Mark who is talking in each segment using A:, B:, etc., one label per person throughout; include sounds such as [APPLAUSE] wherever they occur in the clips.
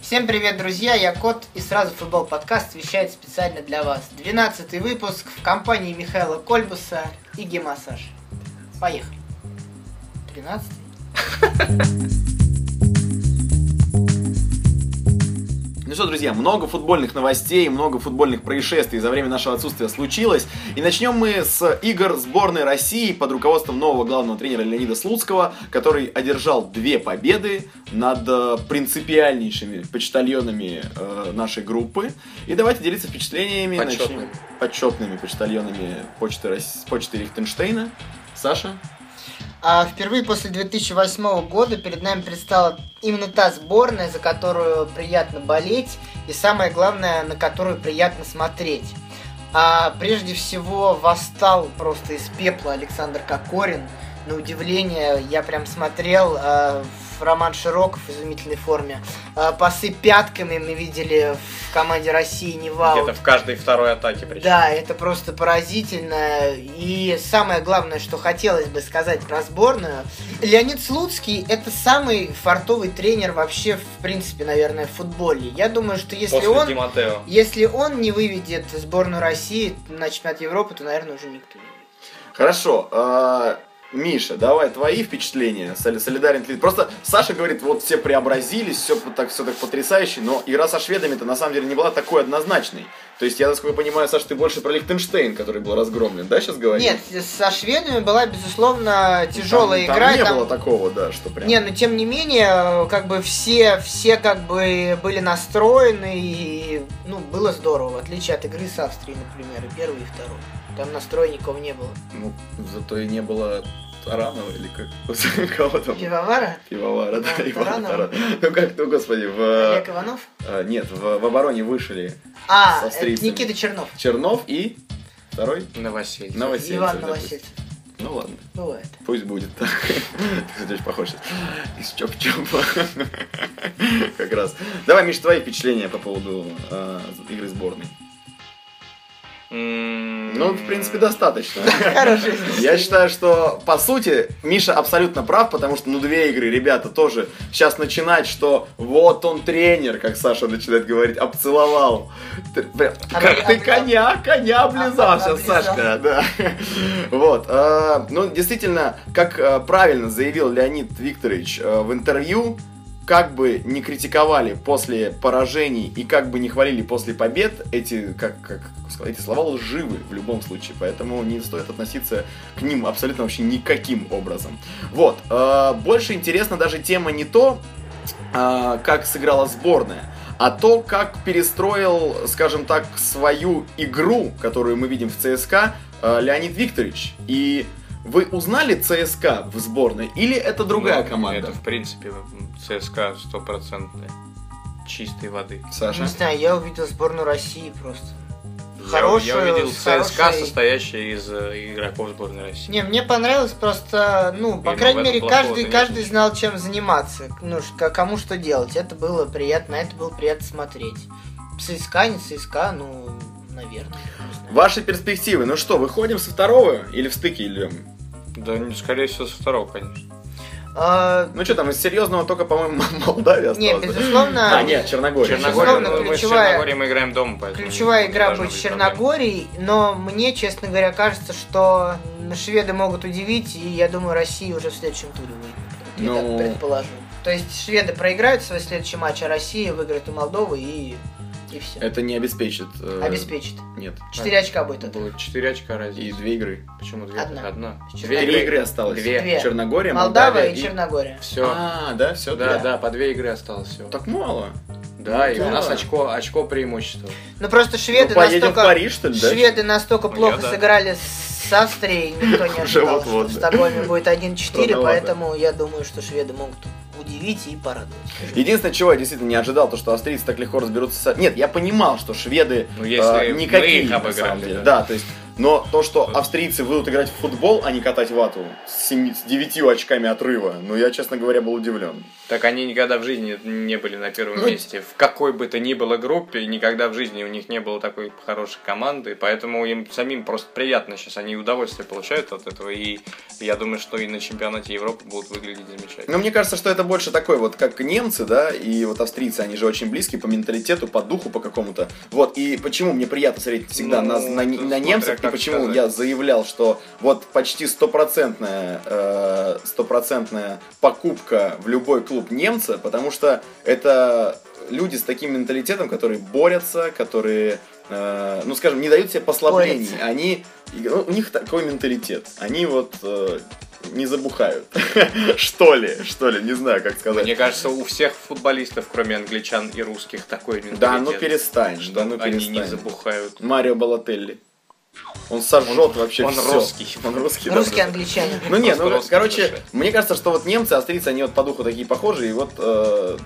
A: Всем привет, друзья, я Кот, и сразу футбол подкаст вещает специально для вас. 12 выпуск в компании Михаила Кольбуса и Гемассаж. Поехали. 13
B: Ну что, друзья, много футбольных новостей, много футбольных происшествий за время нашего отсутствия случилось. И начнем мы с игр сборной России под руководством нового главного тренера Леонида Слуцкого, который одержал две победы над э, принципиальнейшими почтальонами э, нашей группы. И давайте делиться впечатлениями.
C: Почетными.
B: Начнем- Почетными почтальонами почты, Рос- почты Лихтенштейна. Саша?
A: А впервые после 2008 года перед нами предстала именно та сборная, за которую приятно болеть и самое главное, на которую приятно смотреть. А прежде всего восстал просто из пепла Александр Кокорин. На удивление, я прям смотрел э, в Роман Широков в изумительной форме. Э, пасы пятками мы видели в команде России Нева.
C: Где-то в каждой второй атаке причем.
A: Да, это просто поразительно. И самое главное, что хотелось бы сказать про сборную. Леонид Слуцкий – это самый фартовый тренер вообще, в принципе, наверное, в футболе. Я думаю, что если
C: После
A: он...
C: Диматео.
A: Если он не выведет сборную России на чемпионат Европы, то, наверное, уже никто не выведет.
B: Хорошо. а, Миша, давай твои впечатления. Соли- Солидарен ли? ты? Просто Саша говорит, вот все преобразились, все так, все так потрясающе, но игра со шведами-то на самом деле не была такой однозначной. То есть я, насколько понимаю, Саша, ты больше про Лихтенштейн, который был разгромлен, да, сейчас говоришь?
A: Нет, со шведами была, безусловно, тяжелая
B: Ну, там,
A: игра.
B: Там не
A: там-
B: было такого, да, что прям...
A: Не, но тем не менее, э, как бы все, все как бы были настроены и, ну, было здорово, в отличие от игры с Австрией, например, и первой, и второй. Там настроя никого не было.
B: Ну, зато и не было Таранова или как? [LAUGHS] Кого там?
A: Пивовара?
B: Пивовара, да,
A: Да,
B: Ивана
A: Таранова.
B: Тарана. [LAUGHS] Ну как, ну господи, в...
A: Олег Иванов?
B: а, Нет, в, в обороне вышли
A: А,
B: с
A: это
B: австрийцами.
A: Никита Чернов.
B: Чернов и второй
C: Новоселье.
B: Новосельцев.
A: Иван
B: допустим.
A: Новосельцев.
B: Ну ладно,
A: Бывает.
B: пусть будет так. [LAUGHS] Ты, кстати, очень похож сейчас. Из чоп [LAUGHS] Как раз. Давай, Миш, твои впечатления по поводу э, игры сборной. Ну,
C: Ну,
B: в принципе, достаточно.
A: Хороший.
B: Я считаю, что, по сути, Миша абсолютно прав, потому что, ну, две игры, ребята, тоже сейчас начинать, что вот он тренер, как Саша начинает говорить, обцеловал. Ты, прям, как
A: Обли-
B: ты
A: обли-
B: коня, коня облизал сейчас,
A: облизал.
B: Сашка, да. Вот, э, ну, действительно, как э, правильно заявил Леонид Викторович э, в интервью, как бы не критиковали после поражений и как бы не хвалили после побед, эти, как, как сказал, эти слова лживы в любом случае, поэтому не стоит относиться к ним абсолютно вообще никаким образом. Вот, э, больше интересна даже тема не то, э, как сыграла сборная, а то, как перестроил, скажем так, свою игру, которую мы видим в ЦСКА, э, Леонид Викторович. И вы узнали ЦСКА в сборной или это другая
C: Ну,
B: команда?
C: Это, в принципе, м, ЦСКА стопроцентная. Чистой воды.
B: Саша?
A: Не знаю, я увидел сборную России просто.
C: Я-
A: Хорошую,
C: Я увидел
A: с
C: ЦСКА,
A: хорошей-
C: состоящий из э, игроков сборной России.
A: Не, мне понравилось просто, ну, по
C: Или
A: крайней
C: в этом
A: мере,
C: плохого-то
A: каждый,
C: нет
A: каждый
C: ничего.
A: знал, чем заниматься, ну, ш- к- кому что делать. Это было приятно, это было приятно смотреть. ЦСКА, не ЦСКА, ну, наверное. не знаю.
B: Ваши перспективы, ну что, выходим со второго или в стыке идем?
C: Да, ну, скорее всего, со второго, конечно.
A: А,
B: Ну что там, из серьезного только, по-моему, [LAUGHS] Молдавия осталась.
A: не,
B: да?
A: безусловно,
B: А, нет, Черногория.
C: Черногория,
A: Безусловно,
C: ну, мы с
A: ключевая-
C: Черногорией мы играем дома, поэтому...
A: ключевая
C: не
A: игра
C: должно
A: будет с
C: быть проблем.
A: Черногорией, но мне, честно говоря, кажется, что шведы могут удивить, и я думаю, Россия уже в следующем туре выйдет. Вот Я
B: Ну.
A: так предположу. То есть шведы проиграют свой следующий матч, а Россия выиграет у Молдовы и, и все.
B: Это не обеспечит. э,
A: Обеспечит.
B: Нет.
A: 4 очка будет от
C: Будет 4 очка разница.
B: И две игры.
C: Почему две?
A: Одна.
C: Одна.
A: С
C: Две
A: Черногорией.
B: Три
C: игры.
B: игры осталось.
C: Две.
A: Две.
B: Черногория,
A: Молдава
B: Молдавия
A: и Черногория.
C: Все.
B: А, да, все,
C: Да, да, по две игры осталось всего.
B: Так мало.
C: Да, и
A: Да.
C: у нас очко, очко преимущества.
A: Ну просто шведы
B: ну, поедем в
A: настолько...
B: Париж, что ли, да?
A: Шведы настолько
C: Ну,
A: плохо
C: я да.
A: сыграли с Австрией, никто не
B: [LAUGHS] Уже
A: ожидал, что
B: вот-вот,
A: в
B: да. Ну,
A: Стокгольме
B: [LAUGHS]
A: будет 1-4,
B: Рановато.
A: поэтому я думаю, что шведы могут удивить и порадовать.
B: Единственное, чего я действительно не ожидал, то, что австрийцы так легко разберутся. с- Нет, я понимал, что шведы
C: Ну, если
B: э,
C: мы
B: никакие,
C: их
B: на самом
C: обыграли,
B: деле.
C: да.
B: Да, то есть Но то, что австрийцы будут играть в футбол, а не катать вату с, семи- с девятью очками отрыва, ну, я, честно говоря, был удивлен.
C: Так они никогда в жизни не были на первом
A: Ну,
C: месте. В какой бы то ни было группе, никогда в жизни у них не было такой хорошей команды. Поэтому им самим просто приятно сейчас. Они удовольствие получают от этого. И я думаю, что и на чемпионате Европы будут выглядеть замечательно.
B: Но мне кажется, что это больше такой вот, как немцы, да, и вот австрийцы, они же очень близки по менталитету, по духу, по какому-то. Вот, и почему мне приятно смотреть всегда
C: Ну,
B: на, на-
C: тут
B: на
C: смотря
B: немцев, и
C: как
B: почему
C: сказать.
B: я заявлял, что вот почти стопроцентная, э, стопроцентная покупка в любой клуб немца, потому что это люди с таким менталитетом, которые борются, которые, э, ну, скажем, не дают себе послаблений.
A: Борются.
B: Они, ну, у них такой менталитет. Они вот э, не забухают. [LAUGHS] Что ли, что ли, не знаю, как сказать.
C: Мне кажется, у всех футболистов, кроме англичан и русских, такой менталитет.
B: Да, ну перестань,
C: Что
B: да, ну
C: они не
B: перестань.
C: забухают.
B: Марио Балателли. Он сожжет вообще
C: он
B: всё.
C: русский.
B: Он русский, да.
A: Русские англичане.
B: Ну не,
C: Просто
B: ну
C: русский
B: короче,
C: душе.
B: мне кажется, что вот немцы, австрийцы, они вот по духу такие похожи, и вот э,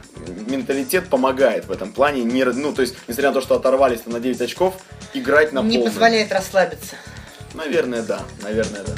B: менталитет помогает в этом плане. Не, р- ну, то есть, несмотря на то, что оторвались там на 9 очков, играть [LAUGHS] на
A: Не
B: полную.
A: позволяет расслабиться.
B: Наверное, да. Наверное, да.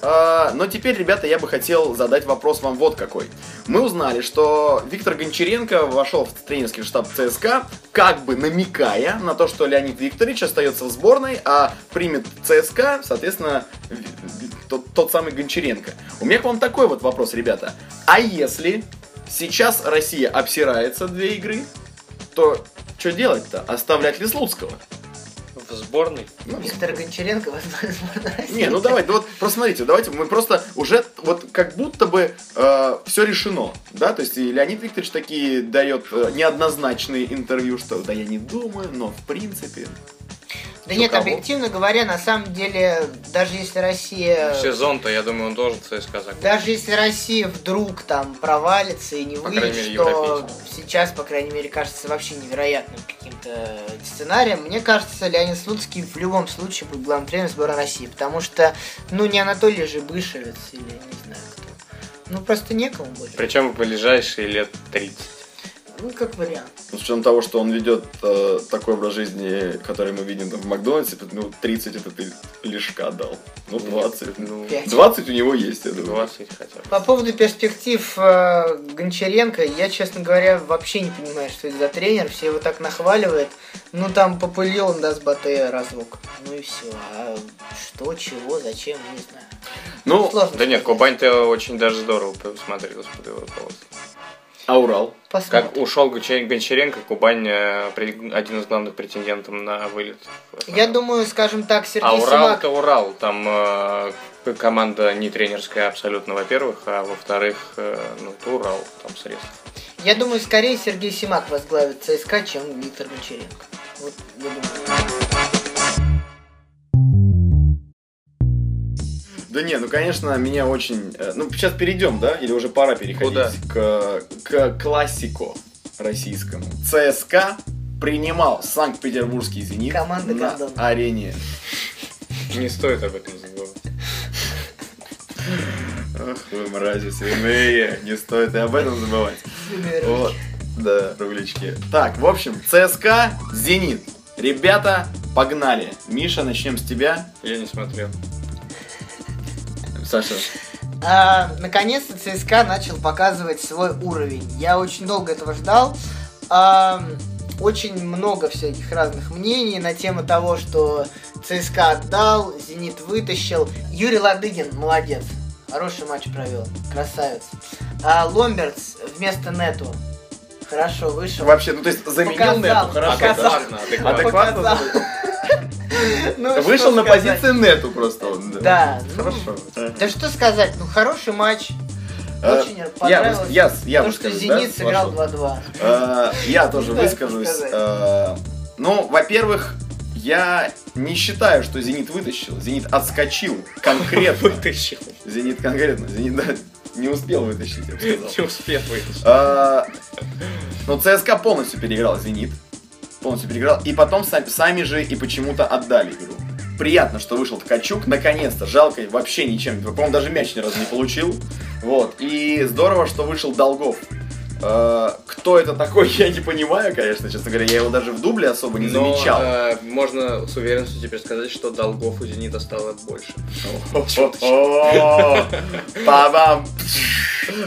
B: А, Но теперь, ребята, я бы хотел задать вопрос вам вот какой. Мы узнали, что Виктор Гончаренко вошел в тренерский штаб ЦСКА, как бы намекая на то, что Леонид Викторович остается в сборной, а примет ЦСКА, соответственно, Ви- Ви- тот, тот самый Гончаренко. У меня к вам такой вот вопрос, ребята. А если сейчас Россия обсирается две игры, то что делать-то? Оставлять ли Слуцкого?
C: В сборной?
B: Ну,
A: Виктор Гончаренко, [LAUGHS] возможно, сборная России.
B: не, ну давайте, вот просто смотрите, давайте мы просто уже вот как будто бы все решено, да, то есть и Леонид Викторович такие дает э, неоднозначные интервью, что да я не думаю, но в принципе.
A: Да
B: Ну,
A: нет,
B: кого?
A: объективно говоря, на самом деле, даже если Россия...
C: Сезон-то, я думаю, он должен ЦСКА закончить.
A: Даже если Россия вдруг там провалится и не
C: По
A: выйдет,
C: крайней мере,
A: что
C: европейский.
A: сейчас, по крайней мере, кажется вообще невероятным каким-то сценарием, мне кажется, Леонид Слуцкий в любом случае будет главным тренером сборной России, потому что, ну, не Анатолий же Бышевец или не знаю кто. Ну, просто некому будет.
C: Причем в ближайшие лет 30.
A: Ну, как вариант.
B: С учетом того, что он ведет э, такой образ жизни, который мы видим в Макдональдсе, то, ну 30 это ты лишка дал. Ну 20.
C: Ну,
A: Пять.
B: 20 у него есть, я думаю.
C: 20 хотя бы.
A: По поводу перспектив э, Гончаренко, я, честно говоря, вообще не понимаю, что это за тренер. Все его так нахваливают. Ну, там попылил он даст Батэ разок. Ну и все. А что, чего, зачем, не знаю.
B: Ну,
A: Сложно
C: Да нет,
A: сказать.
C: Кубань-то очень даже здорово смотрелась под его руководством.
B: а Урал?
A: Посмотрим.
C: Как ушел Гончар- Гончаренко, Кубань э, при- один из главных претендентов на вылет.
A: Я думаю, скажем так, Сергей
C: А
A: Симак...
C: Урал-то Урал, там э, к- команда не тренерская абсолютно, во-первых, а во-вторых, э, ну, это Урал, там средств.
A: Я думаю, скорее Сергей Симак возглавит ЦСКА, чем Виктор Гончаренко. Вот, я думаю.
B: Да не, ну конечно, меня очень. э, Ну, сейчас перейдем, да? Или уже пора переходить
C: Куда?
B: к, к классику российскому. ЦСКА принимал Санкт-Петербургский зенит
A: Команда
B: на
A: Гордона.
B: арене.
C: Не стоит об этом забывать.
B: Ах, вы мрази свиные, не стоит и об этом забывать. Вот, да, рублички. Так, в общем, ЦСКА, Зенит. Ребята, погнали. Миша, начнем с тебя.
C: Я не смотрел.
B: Саша.
A: А, наконец-то ЦСКА начал показывать свой уровень. Я очень долго этого ждал. А, очень много всяких разных мнений на тему того, что ЦСКА отдал, Зенит вытащил. Юрий Ладыгин молодец. Хороший матч провел. Красавец. А, Ломберц вместо Нету. Хорошо вышел.
B: Вообще, ну то есть заменил А
A: Показал,
B: на эту, хорошо, да?
A: показал.
C: Адекватно, адекватно.
B: Адекватно.
A: Показал. [LAUGHS] Ну, что
B: Вышел на
A: сказать.
B: позицию нету просто. он,
A: Да, ну,
B: Хорошо.
A: Да что сказать, ну хороший матч.
B: Э,
A: Очень
B: Я,
A: понравилось.
B: выс- я, с- я
A: то, что
B: выскажусь,
A: Зенит
B: да,
A: сыграл
B: вашу?
A: 2-2.
B: Э, Я тоже
A: Не знаю,
B: выскажусь.
A: что сказать.
B: Э, Ну, во-первых, я не считаю, что Зенит вытащил. Зенит отскочил
A: [LAUGHS]
B: конкретно.
C: Вытащил.
B: Зенит конкретно. Зенит да, не успел вытащить, я бы сказал.
C: Не успел вытащить.
B: А, Ну, ЦСКА полностью переиграл Зенит. Полностью переиграл. И потом сами, сами же и почему-то отдали игру. Приятно, что вышел Ткачук, наконец-то. Жалко, вообще ничем. По-моему, даже мяч ни разу не получил. Вот. И здорово, что вышел Долгов. Э, Кто это такой, [LAUGHS] я не понимаю, конечно, честно говоря. Я его даже в дубле особо не
C: Но,
B: замечал.
C: э, можно с уверенностью теперь сказать, что долгов у Зенита стало больше.
B: О, Па-бам!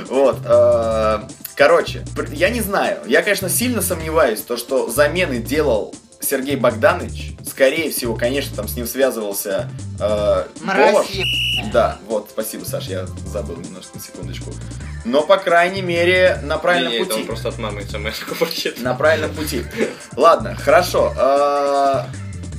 B: Вот. э, Короче, пр- я не знаю. Я, конечно, сильно сомневаюсь, то, что замены делал Сергей Богданович. Скорее всего, конечно, там с ним связывался э, Голов.
A: Мразь ебаная.
B: Да, вот, спасибо, Саш, я забыл немножко, на секундочку. Но, по крайней мере, на правильном
C: Не, это
B: пути.
C: он просто от мамы смс [LAUGHS] прочитал.
B: На правильном пути. Ладно, хорошо. э,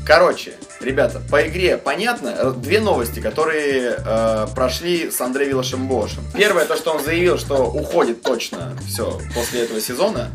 B: Короче, ребята, по игре понятно. Э, Две новости, которые э, прошли с Андре Вилашем Бошем. Первое, то, что он заявил, что уходит точно все после этого сезона.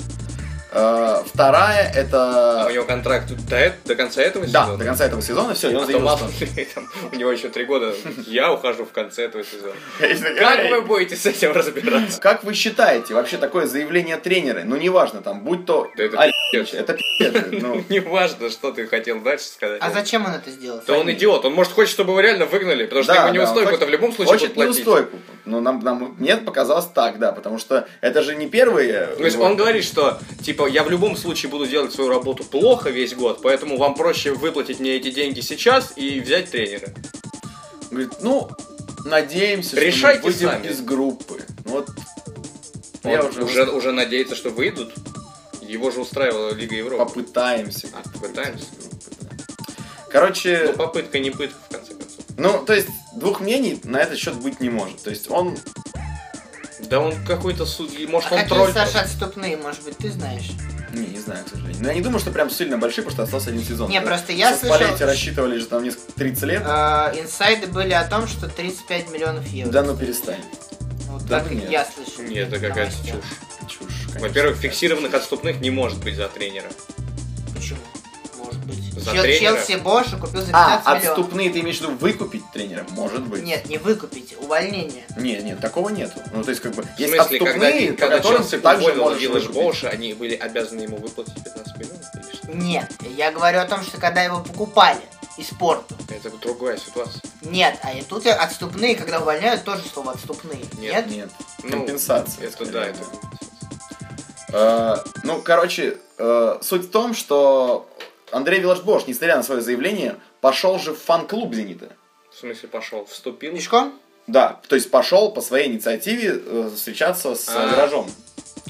B: Э, Вторая,
C: А У
B: это...
C: него контракт до, э- до конца этого
B: Да,
C: сезона?
B: до конца этого сезона все, и он
C: А то
B: заявил,
C: мало [LAUGHS] ли, там, у него еще три года. Я ухожу в конце этого сезона.
B: что- [LAUGHS]
C: Как вы будете с этим разбираться?
B: Как вы считаете вообще такое заявление тренера? Ну, неважно, там, будь то...
C: Да это
B: Аль-
C: пи***ц. [LAUGHS]
B: Это пи***ц, ну.
C: Не важно, что ты хотел дальше сказать.
A: А зачем он это сделал?
C: Да он идиот, он может хочет, чтобы его реально выгнали, потому что
B: Да,
C: ему
B: да, он
C: неустойку-то
B: хочет-
C: в любом случае
B: хочет
C: будут платить.
B: неустойку. Но нам, нам нет, показалось так, да, потому что это же не первые...
C: То есть
B: вот.
C: он говорит, что типа я в любом случае буду делать свою работу плохо весь год, поэтому вам проще выплатить мне эти деньги сейчас и взять тренера.
B: Говорит, ну, надеемся,
C: Решайте
B: что мы выйдем
C: сами.
B: из группы. Вот
C: Он
B: я
C: Ну, уже,
B: уже,
C: уже, надеется, что выйдут. Его же устраивала Лига Европы.
B: попытаемся.
C: А, попытаемся.
B: Короче,
C: Ну, попытка не пытка, в конце концов.
B: ну, то есть, двух мнений на этот счет быть не может. То есть он
C: Да он какой-то судьи, может
A: А
C: он
A: какие,
C: тролль.
A: Саша, отступные, может быть, ты знаешь?
B: Не, не знаю, к сожалению. Но я не думаю, что прям сильно большие, потому что остался один сезон.
A: Не, просто я
B: Чтоб в полете
A: слышал-
B: рассчитывали же там несколько 30 лет.
A: Э, Инсайды были о том, что 35 миллионов евро.
B: Да ну перестань.
A: Вот
B: да
A: так
B: ну нет.
A: я слышал.
C: Нет, это
A: в
C: какая-то
A: новостях.
C: чушь.
B: Чушь. конечно.
C: Во-первых, фиксированных отступных не может быть за тренера.
A: Почему? Может быть.
C: За
A: Чел-
C: тренера?
A: Челси Боша купил за 15
B: А,
A: миллионов.
B: отступные ты имеешь в виду выкупить тренера? Может быть.
A: Нет, не выкупить, увольнение.
B: Нет, нет, такого нету. Ну, то есть, как бы,
C: В
B: есть
C: смысле, когда,
B: отступные, по
C: когда
B: которым
C: Челси
B: ты также
C: уволил
B: можешь
C: Виллаж
B: выкупить.
C: Боуша, они были обязаны ему выплатить 15 миллионов или что?
A: Нет, я говорю о том, что когда его покупали из Порту.
C: Это другая ситуация.
A: Нет, а и тут я- отступные, когда увольняют, тоже слово отступные.
C: Нет,
A: Нет?
B: Нет,
C: Ну,
B: компенсация.
C: Это
B: скорее.
C: да, это...
B: Э, ну, короче, э, суть в том, что Андрей Вилашбош, несмотря на свое заявление, пошел же в фан-клуб «Зенита».
C: В смысле, пошел, вступил.
A: Мешком?
B: Да, то есть пошел по своей инициативе э, встречаться с
C: А.
B: э, «Гаражом».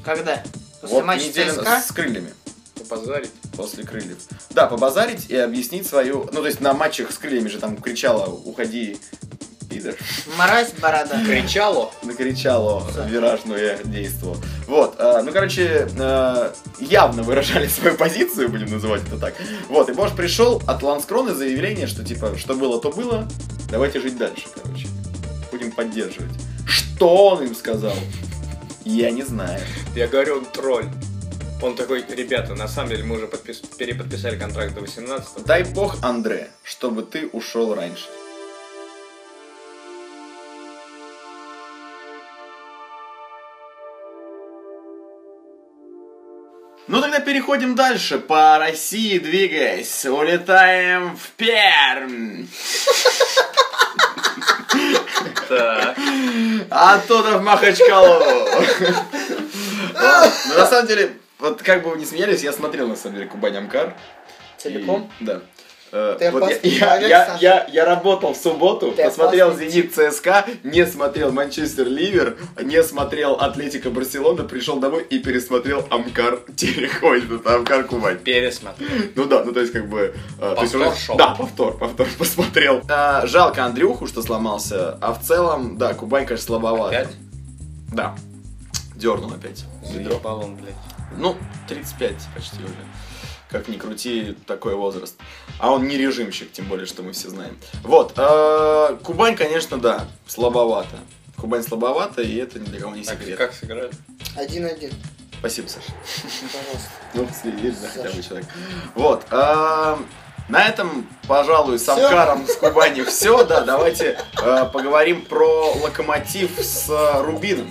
A: Когда? После
B: Вот
A: матча
B: неделю
A: ЦСКА?
B: с крыльями.
C: Попозарить.
B: После крыльев. Да, побазарить и объяснить свою... Ну, то есть на матчах с крыльями же там кричала «Уходи, пидор».
A: Мразь борода.
C: Кричало.
B: накричало
A: Да.
B: виражное действие. Вот, э, ну, короче, э, явно выражали свою позицию, будем называть это так. Вот, и Бош пришел от Ланскрона заявление, что, типа, что было, то было, давайте жить дальше, короче. Будем поддерживать. Что он им сказал? Я не знаю.
C: Я говорю, он тролль. Он такой, ребята, на самом деле мы уже подпис- переподписали контракт до 18
B: Дай бог, Андре, чтобы ты ушел раньше. Ну тогда переходим дальше. По России двигаясь, улетаем в Пермь.
C: Так.
B: А Оттуда в Махачкалу. Ладно, ну, На самом деле, вот как бы вы не смеялись, я смотрел на самом деле Кубань Амкар.
A: Целиком?
B: И- Да. Э,
A: Ты
B: вот я-
A: опасный
B: я,
A: человек,
B: я-
A: Саша.
B: я- я работал в субботу,
A: Ты
B: посмотрел
A: опасный
B: Зенит ЦСКА, не смотрел Манчестер Ливер, не смотрел Атлетика Барселона, пришел домой и пересмотрел Амкар Терехой, это Амкар Кубань.
C: Пересмотрел.
B: Ну да, ну то есть как бы... э, то есть
C: Повтор
B: уже-
C: шел.
B: Да, повтор, повтор, [LAUGHS] посмотрел. А, жалко Андрюху, что сломался, а в целом, да, Кубань, конечно, слабовато.
C: Опять?
B: Да. Дернул опять. Бедро.
C: Заебал он, блядь.
B: Ну, 35 почти уже. Как ни крути, такой возраст. А он не режимщик, тем более, что мы все знаем. Вот, э, Кубань, конечно, да, слабовато. Кубань слабовато, и это ни для кого не
C: Так,
B: секрет.
C: Как сыграли?
A: Один-один,
B: Спасибо, Саша.
A: пожалуйста.
B: Ну, следишь за хотя бы
A: Саша.
B: человек. Вот, э, на этом, пожалуй, с Амкаром с Кубани все. Да, давайте э, поговорим про локомотив с э, Рубином.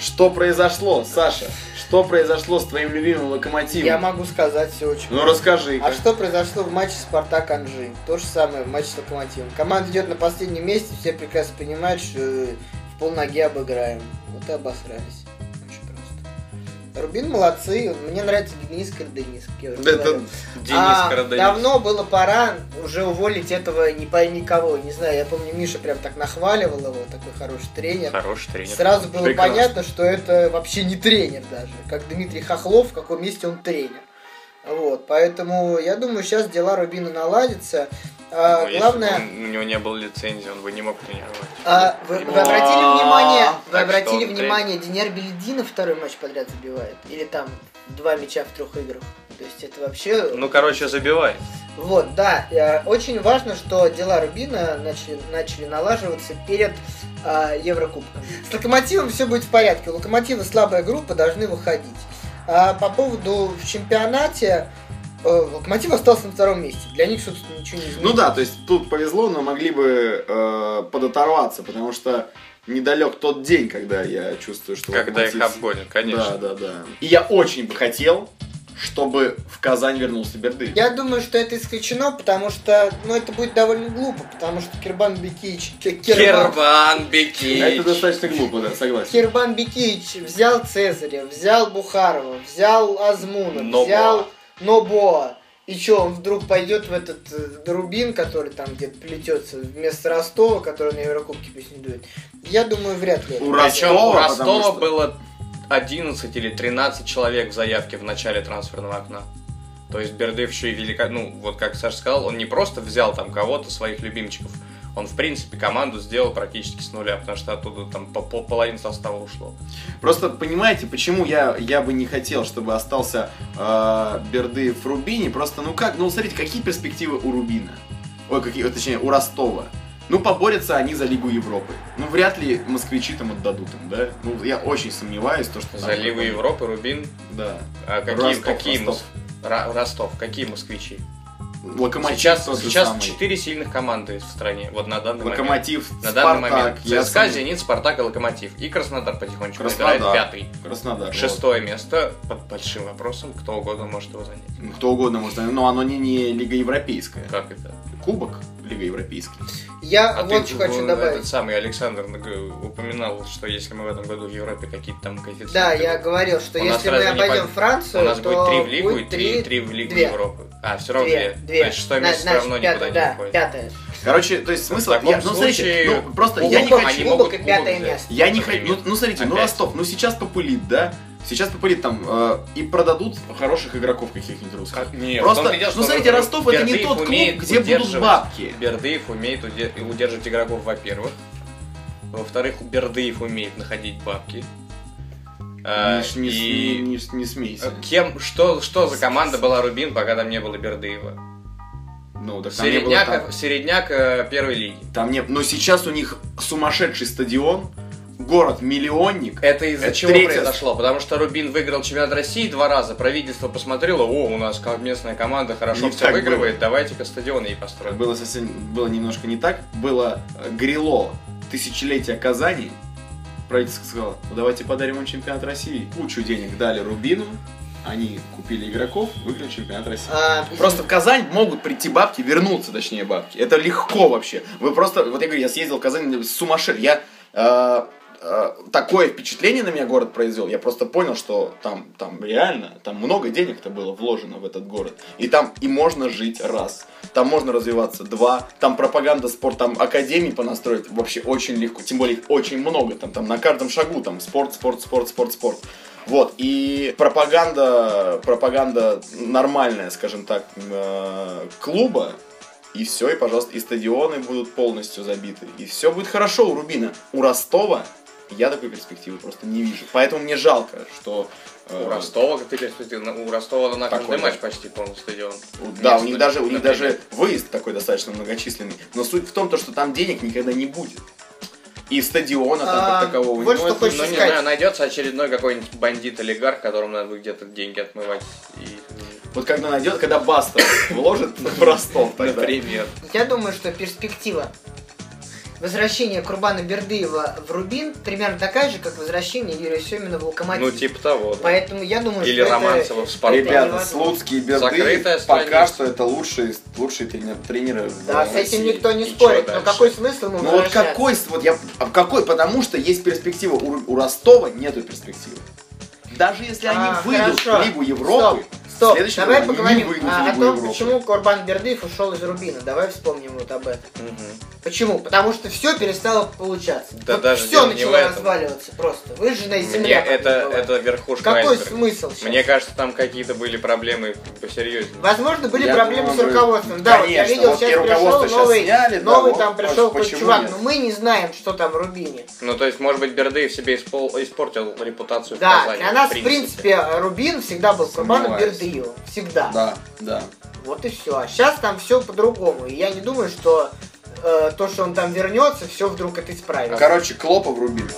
B: Что произошло, Саша? Что произошло с твоим любимым локомотивом?
A: Я могу сказать все очень
B: Ну расскажи.
A: А что произошло в матче Спартак Анжи? То же самое в матче с Локомотивом. Команда идет на последнем месте, все э, прекрасно понимают, что в полноге обыграем. Вот и обосрались. Очень просто. Рубин молодцы. Мне нравится Денис Денис. как я уже
B: Это
A: говорил.
C: Денис
A: А,
C: Караденис.
A: Давно было пора уже уволить этого не пойми кого. Не знаю, я помню, Миша прям так нахваливал его, такой хороший тренер.
C: Хороший тренер.
A: Сразу было
B: Прекрасно.
A: понятно, что это вообще не тренер даже. Как Дмитрий Хохлов, в каком месте он тренер. Вот, поэтому я думаю, сейчас дела Рубина наладятся. А,
C: Ну, если бы
A: главное,
C: он- у него не было лицензии, он бы не мог тренировать.
A: а, вы, вы
C: Ему-
A: обратили внимание, вы
C: Так что
A: обратили
C: он
A: внимание, Денер Бельдинов второй матч подряд забивает. Или там два мяча в трех играх. То есть это вообще...
C: Ну, короче, забивает.
A: Вот, да. э, Очень важно, что дела Рубина начали, начали налаживаться перед э, Еврокубком. С Локомотивом все будет в порядке. У Локомотива слабая группа, должны выходить. А по поводу в чемпионате, э, Локомотив остался на втором месте. Для них, собственно, ничего не изменилось.
B: Ну да, то есть тут повезло, но могли бы э, подоторваться, потому что недалек тот день, когда я чувствую, что...
C: Когда их
B: «Локомотив»
C: обгонят, конечно.
B: Да, да, да. И я очень бы хотел, чтобы в Казань вернулся Бердыев.
A: Я думаю, что это исключено, потому что, ну, это будет довольно глупо, потому что Кирбан Бекич... Кир- Кирбан,
C: Кербан Бекич.
B: Это достаточно глупо, да, согласен.
A: Кирбан Бекич взял Цезаря, взял Бухарова, взял Азмуна,
C: Нобоа.
A: взял Нобоа. И что, он вдруг пойдет в этот э, Рубин, который там где-то плетется, вместо Ростова, который на Еврокубке претендует? Я думаю, вряд ли. это.
B: У
C: Причем у
B: Ростова,
C: Ростова
B: потому что-
C: было 11 или 13 человек в заявке в начале трансферного окна. То есть Бердыев еще и велика... Ну, вот как Саша сказал, он не просто взял там кого-то, своих любимчиков. Он, в принципе, команду сделал практически с нуля, потому что оттуда там по- по- половина состава ушло.
B: Просто понимаете, почему я, я бы не хотел, чтобы остался э, Бердыев в Рубине. Просто, ну как, ну смотрите, какие перспективы у Рубина. Ой, какие, точнее, у Ростова. Ну, поборются они за Лигу Европы. Ну, вряд ли москвичи там отдадут им, да? Ну, я очень сомневаюсь, то, что... там-
C: За Лигу Европы, Рубин.
B: Да.
C: А какие,
B: Ростов,
C: какие
B: Ростов.
C: мос- Ра- Ростов, какие москвичи?
B: Локомотив
C: сейчас
B: тот же
C: сейчас
B: самый.
C: 4 сильных команды в стране, вот на данный момент.
B: Локомотив,
C: На
B: Спартак,
C: данный момент.
B: я
C: ЦСКА,
B: сомневаюсь.
C: Зенит, Спартак и Локомотив. И Краснодар потихонечку
B: Краснодар.
C: набирает пятый.
B: Краснодар. вот.
C: Шестое место под большим вопросом, кто угодно может его занять. Ну,
B: Ну, Кто угодно может, но оно не, не Лига Европейская.
C: Как это?
B: Кубок Лига Европейский.
A: Я
C: А
A: вот
C: ты,
A: что хочу
C: э,
A: добавить.
C: Этот самый Александр наг- упоминал, что если мы в этом году в Европе какие-то там коэффициенты...
A: Да, я
C: будут,
A: говорил, что
C: У нас
A: если мы
C: разве не
A: обойдем
C: пон-
A: Францию,
C: у нас
A: то
C: будет три в Лигу
A: будет
C: и три, три в Лигу
A: две.
C: Европы. А, все равно
A: Две,
C: две.
A: две.
C: То есть шестое
A: На-
C: место все
A: значит,
C: равно
A: пятое,
C: никуда
A: да,
C: не уходит.
A: пятое.
B: Короче, то есть смысл...
C: В таком
B: я- ну, смотрите,
C: случае,
B: ну, просто я не
A: Кубок,
B: хочу...
A: они
C: могут
A: кубок и пятое
C: взять.
A: место.
B: Я не хочу...
C: Например.
B: Ну, ну, смотрите, ну
C: Опять.
B: Ростов, ну сейчас популит, да? Сейчас популит там э, и продадут хороших игроков каких-нибудь русских.
C: Как- нет,
B: Просто,
C: в том-то и дело,
B: ну
C: что
B: смотрите, Ростов это не
C: Бердыев
B: тот клуб,
C: умеет
B: где будут
C: удерживать.
B: бабки.
C: Бердыев умеет уде- удерживать игроков, во-первых. Во-вторых, Бердыев умеет находить бабки. А,
B: Не ш- не, с-
C: и-
B: не, с- не смейся.
C: А Кем, что, что за команда была Рубин, пока там не было Бердыева?
B: Ну, так там не было
C: Середняк,
B: так.
C: середняк э, первой лиги.
B: Там не... Но сейчас у них сумасшедший стадион, город-миллионник,
C: Это из-за
B: Это
C: чего
B: третья-
C: произошло? Потому что Рубин выиграл чемпионат России два раза, правительство посмотрело, о, у нас как местная команда хорошо
B: Не
C: все
B: так
C: выигрывает,
B: было.
C: давайте-ка стадион ей
B: Э,
C: построим.
B: было совсем было немножко не так. Было э, грело тысячелетия Казани. Правительство сказало, ну давайте подарим им чемпионат России. Кучу денег дали Рубину, они купили игроков, выиграли чемпионат России.
A: А,
B: Просто в Казань могут прийти бабки, вернуться, точнее, бабки. Это легко вообще. Вы просто, вот я говорю, я съездил в Казань сумасшедший. Я э, э, такое впечатление на меня город произвел. Я просто понял, что там, там реально, там много денег-то было вложено в этот город. И там и можно жить раз. Там можно развиваться два. Там пропаганда спорт, там академии понастроить вообще очень легко. Тем более их очень много. Там, там на каждом шагу там спорт, спорт, спорт, спорт, спорт. Вот, и пропаганда, пропаганда нормальная, скажем так, э, клуба, и все, и, пожалуйста, и стадионы будут полностью забиты, и все будет хорошо у Рубина. У Ростова я такой перспективы просто не вижу. Поэтому мне жалко, что... э,
C: У Ростова, как ты перспективно, у Ростова на
B: Такой,
C: каждый
B: да.
C: матч почти полный стадион.
B: у- Да, у
C: Местный,
B: них, даже, у них
C: например.
B: даже выезд такой достаточно многочисленный. Но суть в том, то, что там денег никогда не будет. И стадиона там
A: А,
B: как такового
A: вот
B: не
A: что
B: будет.
A: хочется
C: Ну, не
A: сказать.
C: знаю, найдется очередной какой-нибудь бандит-олигарх, которому надо будет где-то деньги отмывать. И...
B: Вот когда найдет, когда Баста [COUGHS] вложит в Ростов тогда.
C: Например.
A: Я думаю, что перспектива возвращения Курбана Бердыева в Рубин примерно такая же, как возвращение Юрия Семина в Локомотив.
C: Ну, типа того. да.
A: Поэтому я думаю,
C: Или
A: что это-
C: Романцева в Спартаке.
B: Ребята,
A: Это
B: Слуцкий и Бердыев
C: Закрытая
B: пока
C: страница.
B: что это лучшие, лучшие тренер- тренеры в
A: Да, с
B: России.
A: этим никто не
C: И чё
A: спорит. Но
C: дальше?
A: какой смысл ему
B: Ну вот
A: возвращаться?
B: какой, с- вот я, а какой, потому что есть перспектива, у, у Ростова нету перспективы. Даже если они
A: А,
B: выйдут
A: хорошо.
B: в Лигу Европы,
A: Стоп, стоп.
B: в следующем
A: давай
B: году они не
A: поговорим
B: выйдут в
A: а, о
B: Лигу
A: том,
B: Европы.
A: почему Корбан Бердыев ушел из Рубина. Давай вспомним вот об этом. Почему? Потому что все перестало получаться.
C: Да даже
A: все
C: дело не в
A: начало
C: этом.
A: разваливаться просто. Выжженная
C: Мне
A: земля. как бы
C: это,
A: была.
C: это верхушка
A: Какой
C: айсберга.
A: смысл сейчас?
C: Мне кажется, там какие-то были проблемы посерьезнее.
A: Возможно, были
B: Я
A: проблемы
B: думаю,
A: с руководством. да, вот я
B: конечно,
A: видел,
B: вот и
A: сейчас пришел
B: руководство щас
A: новый,
B: сняли, да,
A: новый
B: вот,
A: там
B: а
A: пришел
B: почему
A: какой-то чувак,
B: нет?
A: но мы не знаем, что там в Рубине.
C: Ну, то есть, может быть, Бердыев себе испол- испортил репутацию в
A: Да,
C: Казани.
A: для нас, в принципе, Рубин всегда был командой
B: Сомневаюсь.
A: Бердыева. Всегда.
B: Да, да.
A: Вот и все. А сейчас там все по-другому. И я не думаю, что э, то, что он там вернется, все вдруг это исправит.
B: Короче, Клопа врубили.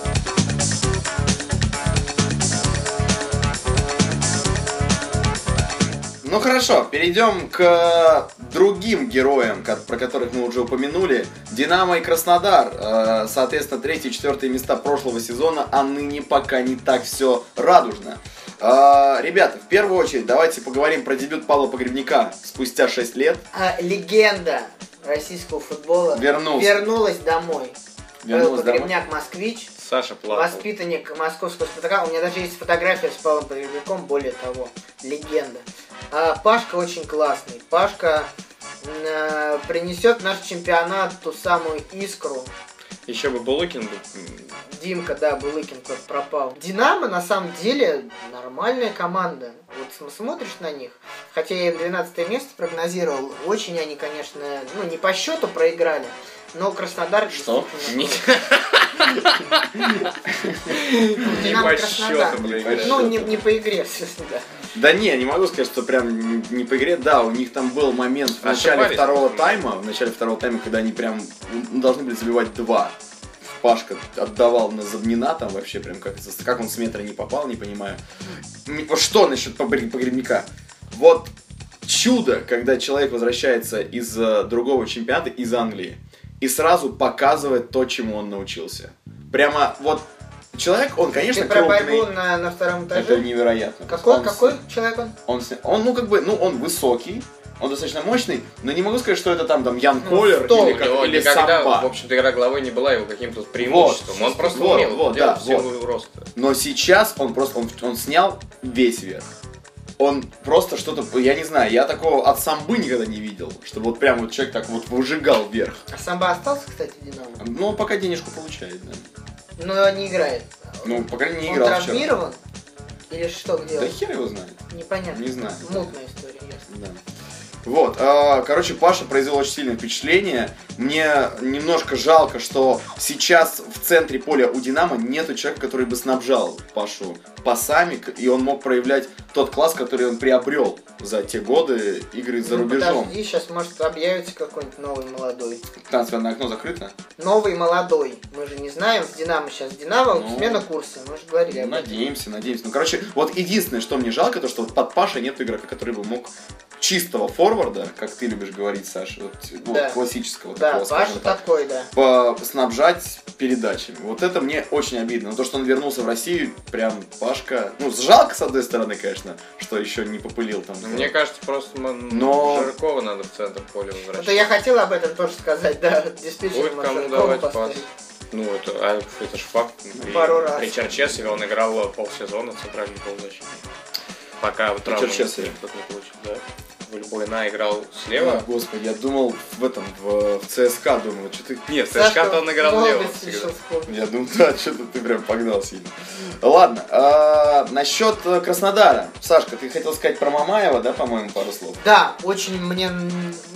B: Ну хорошо, перейдем к другим героям, ко- про которых мы уже упомянули. Динамо и Краснодар, э, соответственно, третье и четвертое места прошлого сезона, а ныне пока не так все радужно. Э, Ребята, в первую очередь давайте поговорим про дебют Павла Погребника спустя 6 лет.
A: А, легенда российского футбола
B: Вернулся.
A: вернулась домой.
B: Вернулась
A: Павел
B: домой.
A: Погребняк, москвич,
C: Саша плакал.
A: воспитанник московского Спартака. У меня даже есть фотография с Павлом Погребняком, более того, легенда. А, Пашка очень классный. Пашка м, э, принесет наш чемпионат ту самую искру,
C: Еще бы Булыкин был.
A: Димка, да, Булыкин куда пропал. Динамо, на самом деле, нормальная команда. Вот см- смотришь на них, хотя я им 12 место прогнозировал, очень они, конечно, ну, не по счету проиграли, но Краснодар...
B: Что?
A: действительно
C: [LAUGHS]
A: [LAUGHS]
C: Не
A: был.
C: не
A: Динамо
C: по
A: Краснодар.
C: счету, блин.
B: счёту.
A: Ну, не, не по игре, [LAUGHS] в смысле, да.
B: Да не, не могу сказать, что прям не по игре. Да, у них там был момент в начале
C: Ошибались.
B: второго тайма, в начале второго тайма, когда они прям ну, должны были забивать два. Пашка отдавал на Забнина там вообще прям как, как он с метра не попал, не понимаю. М, Что насчет Погр- погребника? Вот чудо, когда человек возвращается из э, другого чемпионата, из Англии, и сразу показывает то, чему он научился. Прямо вот человек, он, конечно,
A: Ты про борьбу
B: крупный.
A: на, на втором
B: Это
A: этаже?
B: невероятно.
A: Какой,
B: Он с-
A: какой человек он?
B: он, с- он, ну, как бы, ну, он высокий, он достаточно мощный, но не могу сказать, что это там, там, Ян
A: Ну,
B: Колер
A: стол
B: или,
C: У
B: как-
C: него
B: или
C: никогда,
B: Самба.
C: в общем-то, игра головой не была его каким-то преимуществом. Он просто
B: вот,
C: умел
B: вот,
C: это делать
B: да,
C: в силу роста.
B: Но сейчас он просто, он, он снял весь верх. Он просто что-то, я не знаю, я такого от Самбы никогда не видел, чтобы вот прям вот человек так вот выжигал вверх.
A: А самба остался, кстати, в Динамо?
B: Ну, он пока денежку получает, да.
A: Но не играет.
B: Ну, по крайней мере, не
A: он
B: играл вчера.
A: травмирован? Или что, где
B: Да
A: он?
B: хер его знает,
A: Непонятно.
B: не знаю.
A: Мутная история, ясно.
B: Да. Вот, а, короче, Паша произвел очень сильное впечатление. Мне немножко жалко, что сейчас в центре поля у Динамо нету человека, который бы снабжал Пашу пасами, к- и он мог проявлять тот класс, который он приобрел за те годы игры за
A: Ну,
B: рубежом.
A: Подожди, сейчас может объявится какой-нибудь новый молодой.
B: Трансферное окно закрыто?
A: Новый молодой. Мы же не знаем, в Динамо сейчас Динамо,
B: Ну.
A: смена курса, мы же говорили
B: Ну,
A: об этом.
B: надеемся, надеемся. Ну, короче, вот единственное, что мне жалко, то, что вот под Пашей нет игрока, который бы мог чистого форварда, как ты любишь говорить, Саша, вот, вот
A: Да.
B: классического
A: Да,
B: такого, скажем
A: Паша
B: так.
A: такой, да.
B: по- снабжать передачами. Вот это мне очень обидно. Но то, что он вернулся в Россию, прям Пашка... Ну, жалко, с одной стороны, конечно, что еще не попылил там.
C: Ну, Мне кажется, просто м,
B: Но-
C: Жиркова надо в центр поля возвращать.
A: Это я хотел об этом тоже сказать, да. [LAUGHS] Диспетчер
C: Будет кому давать пас. Ну, это, а, это ж факт. При,
A: Пару раз.
C: При Черчесове он играл э, полсезона центральным полузащитником. Пока вот травму
B: Черчесове?
C: никто не получил, да. Вульбуйна играл
B: О,
C: слева.
B: господи, я думал в этом, в, в ЦСКА, думал, что ты...
C: Нет, в ЦСКА-то он играл лево всегда.
B: Я думал, [LAUGHS] да, что-то ты прям погнал сильно. Ладно, а, насчет э, Краснодара. Сашка, ты хотел сказать про Мамаева, да, по-моему, пару слов?
A: Да, очень мне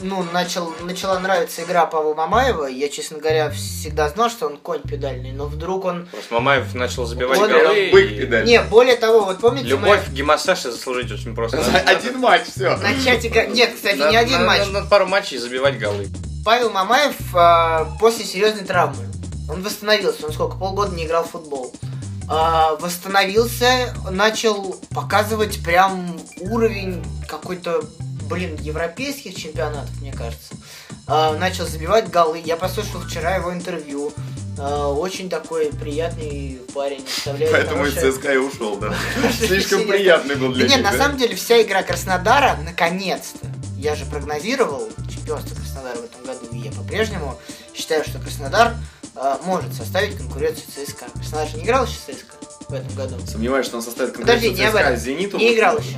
A: ну, начал, начала нравиться игра Павла Мамаева. Я, честно говоря, всегда знал, что он конь педальный, но вдруг он...
C: Просто Мамаев начал забивать
A: Вот
C: голы.
B: прям бык
C: и
B: педаль.
A: Не, более того, вот помните... мы-
C: Любовь Гимасаши заслужить очень просто.
B: [LAUGHS] Один матч, все.
A: На чате... как- Нет, кстати, не один матч.
C: Надо пару матчей забивать голы.
A: Павел Мамаев а, после серьезной травмы. Он восстановился, он сколько, полгода не играл в футбол. А, восстановился, начал показывать прям уровень какой-то, блин, европейских чемпионатов, мне кажется. А, начал забивать голы. Я послушал вчера его интервью. А, очень такой приятный парень, представляет
B: Поэтому из
A: хорошее-
B: ЦСКА и ушел, да.
A: [LAUGHS] хорошее
B: Слишком
A: впечатление.
B: приятный был
A: Да
B: для
A: нет,
B: них,
A: на
B: да?
A: самом деле вся игра Краснодара, наконец-то, я же прогнозировал чемпионство Краснодара в этом году, и я по-прежнему считаю, что Краснодар э, может составить конкуренцию ЦСКА. Краснодар же не играл еще с ЦСКА. в этом году.
B: Сомневаюсь, что он составит
A: Подожди,
B: конкуренцию
A: не об
B: ЦСКА
A: этом.
B: с Зениту.
A: Не
B: Вот,
A: играл
B: да.
A: еще.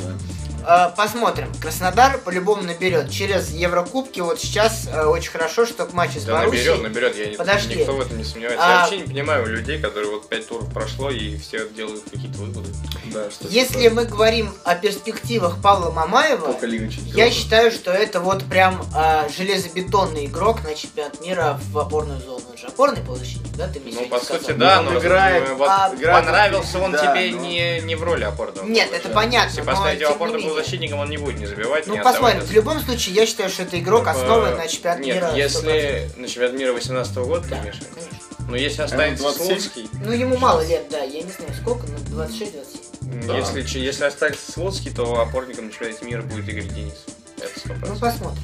A: Э, Посмотрим. Краснодар по-любому наберет. Через Еврокубки вот сейчас э, очень хорошо, что к матчу с
C: Да наберет,
A: Боруссией
C: наберет, я не-
A: Подожди.
C: никто в этом не сомневается. Я
A: А-
C: вообще не понимаю людей, которые вот пять туров прошло и все делают какие-то выводы.
B: Да, что
A: Если мы говорим о перспективах Павла Мамаева,
B: Только Лига Чемпионов.
A: я считаю, что это вот прям э, железобетонный игрок на чемпионат мира в опорную зону. Он же опорный полузащитник, да, ты мне
C: Ну,
A: сегодня
C: по
A: сказал?
C: сути, да,
B: Ну,
C: но
B: играет,
C: э, вот
A: а,
B: играет,
C: понравился он
B: да, ну,
C: тебе
B: но-
C: не, не в роли опорного.
A: Нет,
C: полузащитника.
A: это понятно,
C: ну. Если
A: но,
C: поставить его
A: тем не
C: опорным
A: менее.
C: полузащитником, он не будет не забивать,
A: Ну,
C: не
A: посмотрим.
C: отдавать.
A: В любом случае, я считаю, что это игрок, основанный
C: Э,
A: на чемпионат
C: Нет,
A: мира. 100%.
C: если на чемпионат мира 18 года, ты
A: Да,
C: имеешь в виду?
A: конечно.
C: Ну, если останется
B: 27?
C: Слуцкий,
A: Ну, ему мало лет, да, я не знаю, сколько, ну, 26-27.
B: Да.
C: если, че- если останется Слуцкий, то опорником на чемпионате мира будет Игорь Денис. Это 100%.
A: Ну, посмотрим.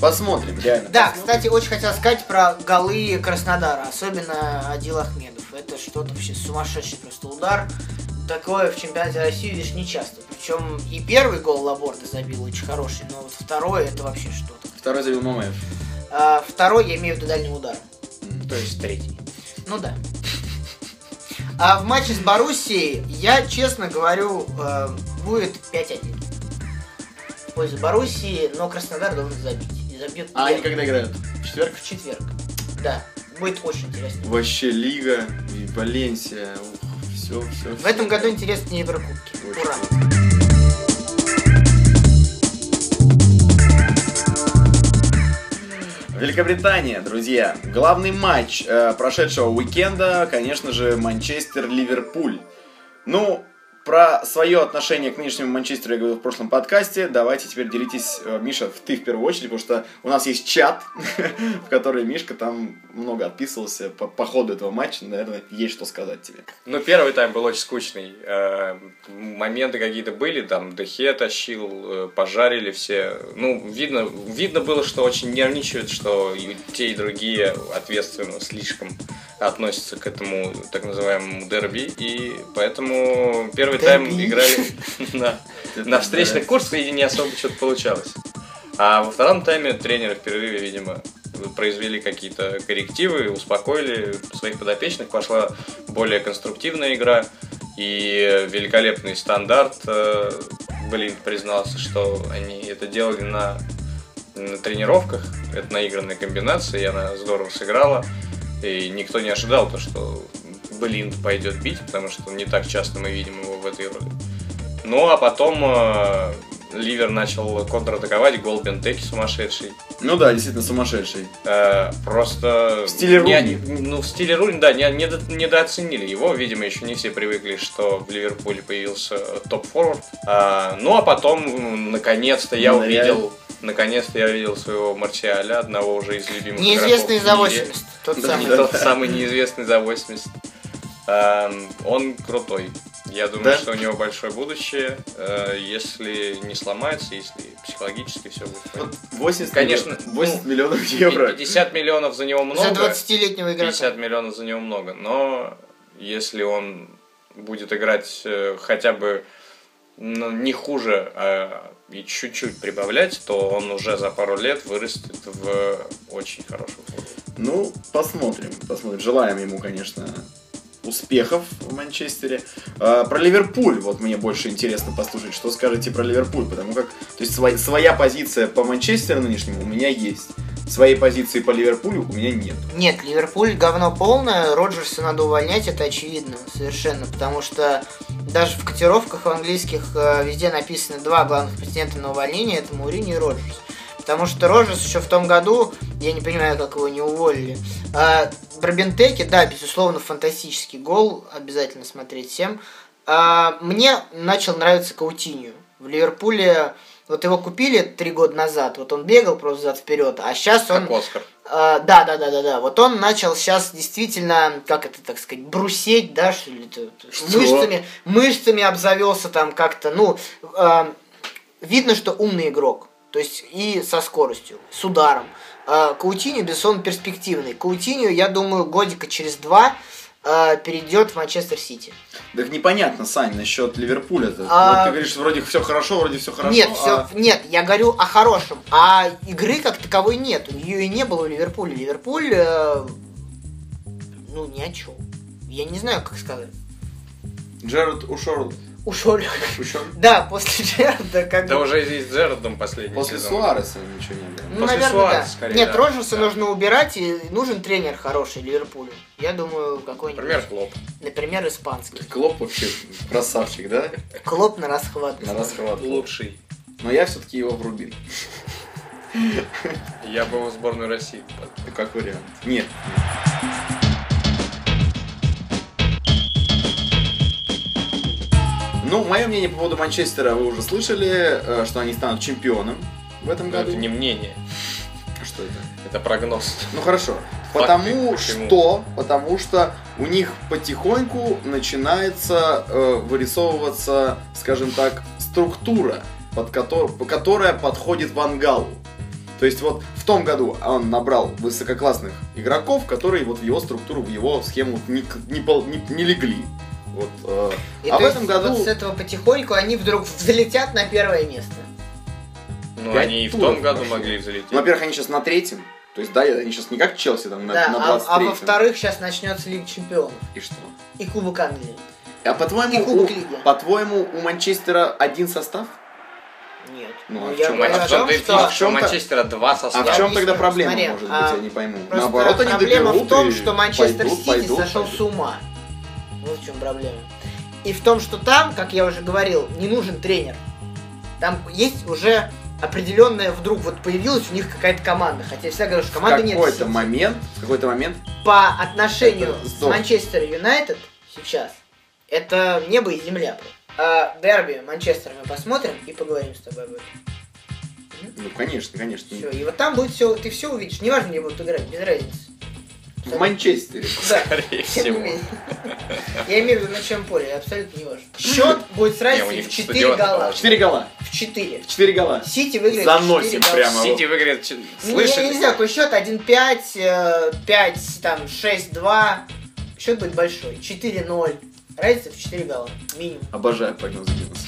B: Посмотрим, реально.
A: Да,
B: посмотрим.
A: кстати, очень хотел сказать про голы Краснодара, особенно Адил Ахмедов. Это что-то вообще сумасшедший просто удар. Такое в чемпионате России видишь нечасто. Причем и первый гол Лаборда забил очень хороший, но вот второй это вообще что-то.
B: Второй забил Мамаев.
A: А второй я имею в виду дальним ударом.
C: То есть третий.
A: Ну да. А в матче с Боруссией, я честно говорю, э, будет 5-1. В пользу Боруссии, но Краснодар должен забить. И забьет
B: А
A: первым.
B: они когда играют? В четверг?
A: в четверг. Да, будет очень интересно.
B: Вообще Лига и Валенсия. все, все.
A: В этом году интереснее Еврокубки. Ура!
B: Великобритания, друзья. Главный матч э, прошедшего уикенда, конечно же, Манчестер-Ливерпуль. Ну, про свое отношение к нынешнему Манчестеру я говорил в прошлом подкасте. Давайте теперь делитесь, э, Миша, в- ты в первую очередь, потому что у нас есть чат, [LAUGHS] в который Мишка там много отписывался по, по ходу этого матча. Наверное, есть что сказать тебе.
C: Ну, первый тайм был очень скучный. Э, Моменты какие-то были, там, Дехе тащил, э, пожарили все. Ну, видно, видно было, что очень нервничают, что и те, и другие ответственно слишком относятся к этому так называемому дерби. И поэтому первый тайм
A: Дерби.
C: [LAUGHS] играли на- на встречных курсах, и не особо что-то получалось. А во втором тайме тренеры в перерыве, видимо, произвели какие-то коррективы, успокоили своих подопечных, пошла более конструктивная игра и великолепный стандарт. э, Блин, признался, что они это делали на, на тренировках, это наигранная комбинация, и она здорово сыграла. И никто не ожидал то, что Блин пойдет бить, потому что не так часто мы видим его в этой роли. Ну а потом э, Ливер начал контратаковать, гол Бентеки сумасшедший.
B: Ну да, действительно сумасшедший.
C: Э, просто...
B: В стиле
C: не-
B: Руни.
C: ну, в стиле Руни, да, не, недо- недооценили его. Видимо, еще не все привыкли, что в Ливерпуле появился э, топ-форвард. А, ну, а потом, м, наконец-то, я
B: Ну, реально.
C: увидел... Наконец-то я увидел своего Марсиаля, одного уже из любимых
A: Неизвестный за
C: игроков в мире.
A: 80. Тот
B: Да,
A: самый.
B: да.
C: Тот самый неизвестный за 80. Эм, Он крутой. Я думаю,
B: Да?
C: что у него большое будущее, э, если не сломается, если психологически все будет.
B: Вот
C: понятно.
B: 80,
C: Конечно,
B: миллионов, 80 миллионов евро.
C: 50 миллионов за него
A: За
C: много.
A: 20-летнего игрока.
C: 50 миллионов за него много. Но если он будет играть э, хотя бы ну, не хуже а и чуть-чуть прибавлять, то он уже за пару лет вырастет в очень хорошего футболиста.
B: Ну, посмотрим, посмотрим. Желаем ему, конечно, успехов в Манчестере. А, про Ливерпуль, вот мне больше интересно послушать, что скажете про Ливерпуль, потому как, то есть своя, своя позиция по Манчестеру нынешнему у меня есть, своей позиции по Ливерпулю у меня нет.
A: Нет, Ливерпуль говно полное, Роджерса надо увольнять, это очевидно совершенно, потому что даже в котировках в английских э, везде написано два главных претендента на увольнение, это Маурини и Роджерс. Потому что Роджерс еще в том году, я не понимаю, как его не уволили. А, Брабентеки, да, безусловно, фантастический гол, обязательно смотреть всем. А, мне начал нравиться Каутинью. В Ливерпуле вот его купили три года назад, вот он бегал просто зад вперед, а сейчас он
C: Как Оскар.
A: а, да, да, да, да, да. Вот он начал сейчас действительно, как это так сказать, брусеть, да, что ли, это, это,
B: Что?
A: мышцами, мышцами обзавелся там как-то, ну, а, видно, что умный игрок, то есть и со скоростью, с ударом. А, Каутиню, безусловно, перспективный. Каутиню, я думаю, годика через два а, перейдет в Манчестер Сити.
B: Так непонятно, Сань, насчет Ливерпуля.
A: А-
B: Вот ты говоришь, вроде все хорошо, вроде все хорошо.
A: нет,
B: а-
A: всё- нет, я говорю о хорошем. А игры как таковой нет. Ее и не было у Ливерпуля. Ливерпуль, э, ну, ни о чем. Я не знаю, как сказать.
B: Джерард ушел.
A: Ушел.
B: Ушел.
A: Да, после Джерарда как
C: Да
A: бы...
C: уже и с Джерардом последний
B: После
C: сезон.
B: Суареса ничего не было.
A: Ну,
C: после
A: наверное,
C: Суареса
A: да.
C: скорее,
A: Нет,
C: да.
A: Роджерса
C: Да.
A: нужно убирать, и нужен тренер хороший Ливерпулю. Я думаю, какой-нибудь.
C: Например, Клоп.
A: Например, испанский.
B: Клоп вообще красавчик, да?
A: Клоп на расхват.
B: На расхват.
C: Лучший.
B: Но я все-таки его врубил.
C: Я бы его в сборную России. под-
B: Ну, Как вариант. Нет. Ну, мое мнение по поводу Манчестера вы уже слышали, э, что они станут чемпионом в этом
C: Но
B: году.
C: это не мнение,
B: Что это?
C: это прогноз.
B: Ну хорошо.
C: Факты.
B: Потому
C: Почему?
B: что, потому что у них потихоньку начинается э, вырисовываться, скажем так, структура, под котор- по- которая подходит Вангалу. То есть вот в том году он набрал высококлассных игроков, которые вот в его структуру, в его схему не, к- не пол- не- не легли. Вот, э,
A: И
B: А
A: то
B: в
A: есть
B: этом году-
A: вот с этого потихоньку они вдруг взлетят на первое место.
C: Ну,
B: Пять
C: они и в
B: туров
C: том году
B: прошло.
C: могли взлететь.
B: ну, во-первых, они сейчас на третьем. То есть, да, они сейчас не как Челси там на,
A: да,
B: на
A: а- а,
B: 23-м.
A: во-вторых, сейчас начнется Лига Чемпионов
B: И что?
A: и Кубок Англии.
B: А по-твоему,
A: И Кубок
B: у-
A: Лиги.
B: по-твоему, у Манчестера один состав?
A: Нет.
B: Ну, а в
A: я
B: чем-
A: говорю
B: а
A: о
B: в
A: том,
C: ты-
A: что-
B: а в
C: у
B: чем-то-
C: Манчестера два
B: А
C: состава.
B: в чем
A: объясню,
B: тогда проблема,
A: смотри,
B: может быть,
A: а,
B: я не пойму.
A: Просто
B: Наоборот, они
A: проблема
B: доберут
A: в том,
B: и
A: что Манчестер
B: пойдут,
A: Сити
B: пойдут,
A: сошел
B: пойдут.
A: с ума. Вот в чем проблема. И в том, что там, как я уже говорил, не нужен тренер. Там есть уже определенная, вдруг вот появилась у них какая-то команда. Хотя всегда говорю, что
B: В
A: команды нет. в
B: какой-то
A: Сити.
B: момент, в какой-то момент,
A: По отношению
B: Это
A: с
B: здорово.
A: Манчестер Юнайтед сейчас, это небо и земля. А дерби Манчестер мы посмотрим и поговорим с тобой об этом.
B: ну, конечно, конечно.
A: Все. И вот там будет все, ты все увидишь. Неважно, где будут играть, без разницы.
B: В Манчестере.
A: Да.
C: Скорее
A: Тем не
C: всего.
A: менее. Я имею в виду на чем поле, абсолютно не важно. Счет будет с
C: Не, у
A: разницей
C: них
A: в 4
C: стадион
A: гола.
C: важно.
B: Четыре гола.
A: В 4.
B: Четыре гола.
A: Сити выиграет 4
B: Заносим
A: гола.
B: прямо.
C: Сити выиграет... ч-
A: Ну, я не
C: Слышали?
A: знаю, какой счет 1-5, э, 5, там, 6-2. Счет будет большой. 4-0. Разница в 4 гола. Минимум.
B: Обожаю поднес Гиннесса.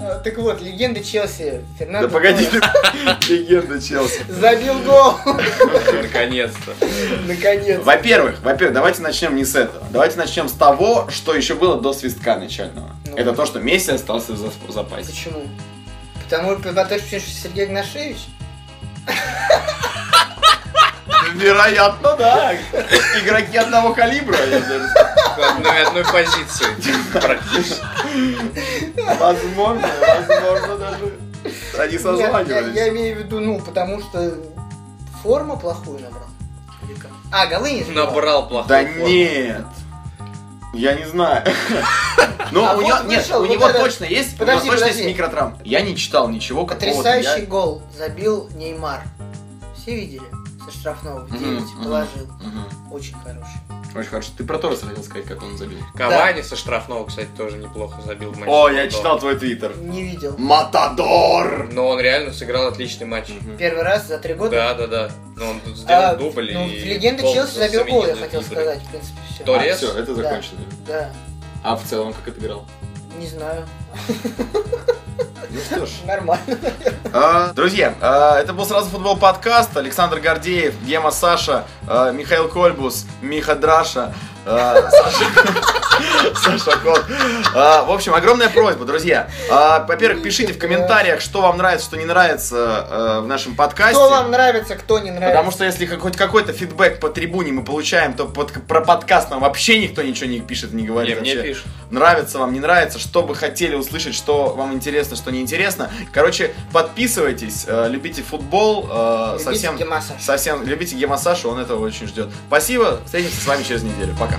A: Э, Так вот, легенда Челси. Фернандо
B: Да погоди,
A: Торрес
B: [LAUGHS] легенда Челси.
A: Забил гол. [LAUGHS]
C: Наконец-то.
A: Наконец.
B: Во-первых, во-первых, давайте начнем не с этого. Давайте начнем с того, что еще было до свистка начального.
A: Ну.
B: Это то, что Месси остался в зас- запасе.
A: Почему? Потому потому что Сергей Гнашевич
B: Вероятно, да. Игроки одного калибра, я даже скажу.
C: В одной одной позиции. Практически.
B: Возможно, возможно даже. Они
A: Нет, Я, я имею в виду, ну, потому что форму плохую набрал. Или как? А, голы не забивал.
C: Набрал плохую
B: Да
C: форму.
B: нет. Я не
A: [LAUGHS]
B: знаю. Ну,
A: А
B: у
A: вот
B: него, нет,
A: вышел
B: у
A: вот
B: него
A: этот-
B: точно есть, у него
A: Подожди,
B: точно есть
A: подожди.
B: микротравм. Я не читал ничего какого-то. я-
A: Потрясающий гол забил Неймар. Все видели? Со штрафного в
B: Мгм,
A: 9
B: мгм.
A: положил.
B: Мгм.
A: Очень хороший.
B: Очень хорошо. Ты про Торреса хотел сказать, как он забил.
C: Кавани со штрафного, кстати, тоже неплохо забил. в матче.
B: О, я читал твой твиттер.
A: Не видел.
B: Матадор!
C: Но он реально сыграл отличный матч.
A: Первый раз за три года.
C: Да, да, да. Но он тут сделал
A: А,
C: дубль
A: ну,
C: и...
A: легенда
C: гол
A: Челси забил
C: заменил
A: гол, я
C: на
A: хотел
C: дубль.
A: сказать, в принципе, все.
C: Тори- Торрес?
B: все, А, это
A: Да.
B: закончено.
A: Да,
B: А в целом, как отыграл?
A: не знаю.
B: Ну что ж.
A: Нормально.
B: А, Друзья, а, это был сразу футбол подкаст. Александр Гордеев, Гема Саша, а, Михаил Кольбус, Миха Драша, а, Саша- [LAUGHS] Саша Кот. А, В общем, огромная просьба, друзья. А, Во-первых, пишите в комментариях, что вам нравится, что не нравится э, в нашем подкасте.
A: Кто вам нравится, кто не нравится.
B: Потому что если как- хоть какой-то фидбэк по трибуне мы получаем, то под- про подкаст нам вообще никто ничего не пишет, не
C: Не,
B: говорит.
C: мне
B: вообще
C: пишут.
B: нравится вам, не нравится, что бы хотели услышать, что вам интересно, что не интересно. Короче, подписывайтесь, э, любите футбол, э,
A: Любите
B: совсем,
A: Гемаса.
B: совсем любите гемассаж, он этого очень ждет. Спасибо, встретимся с вами через неделю, пока.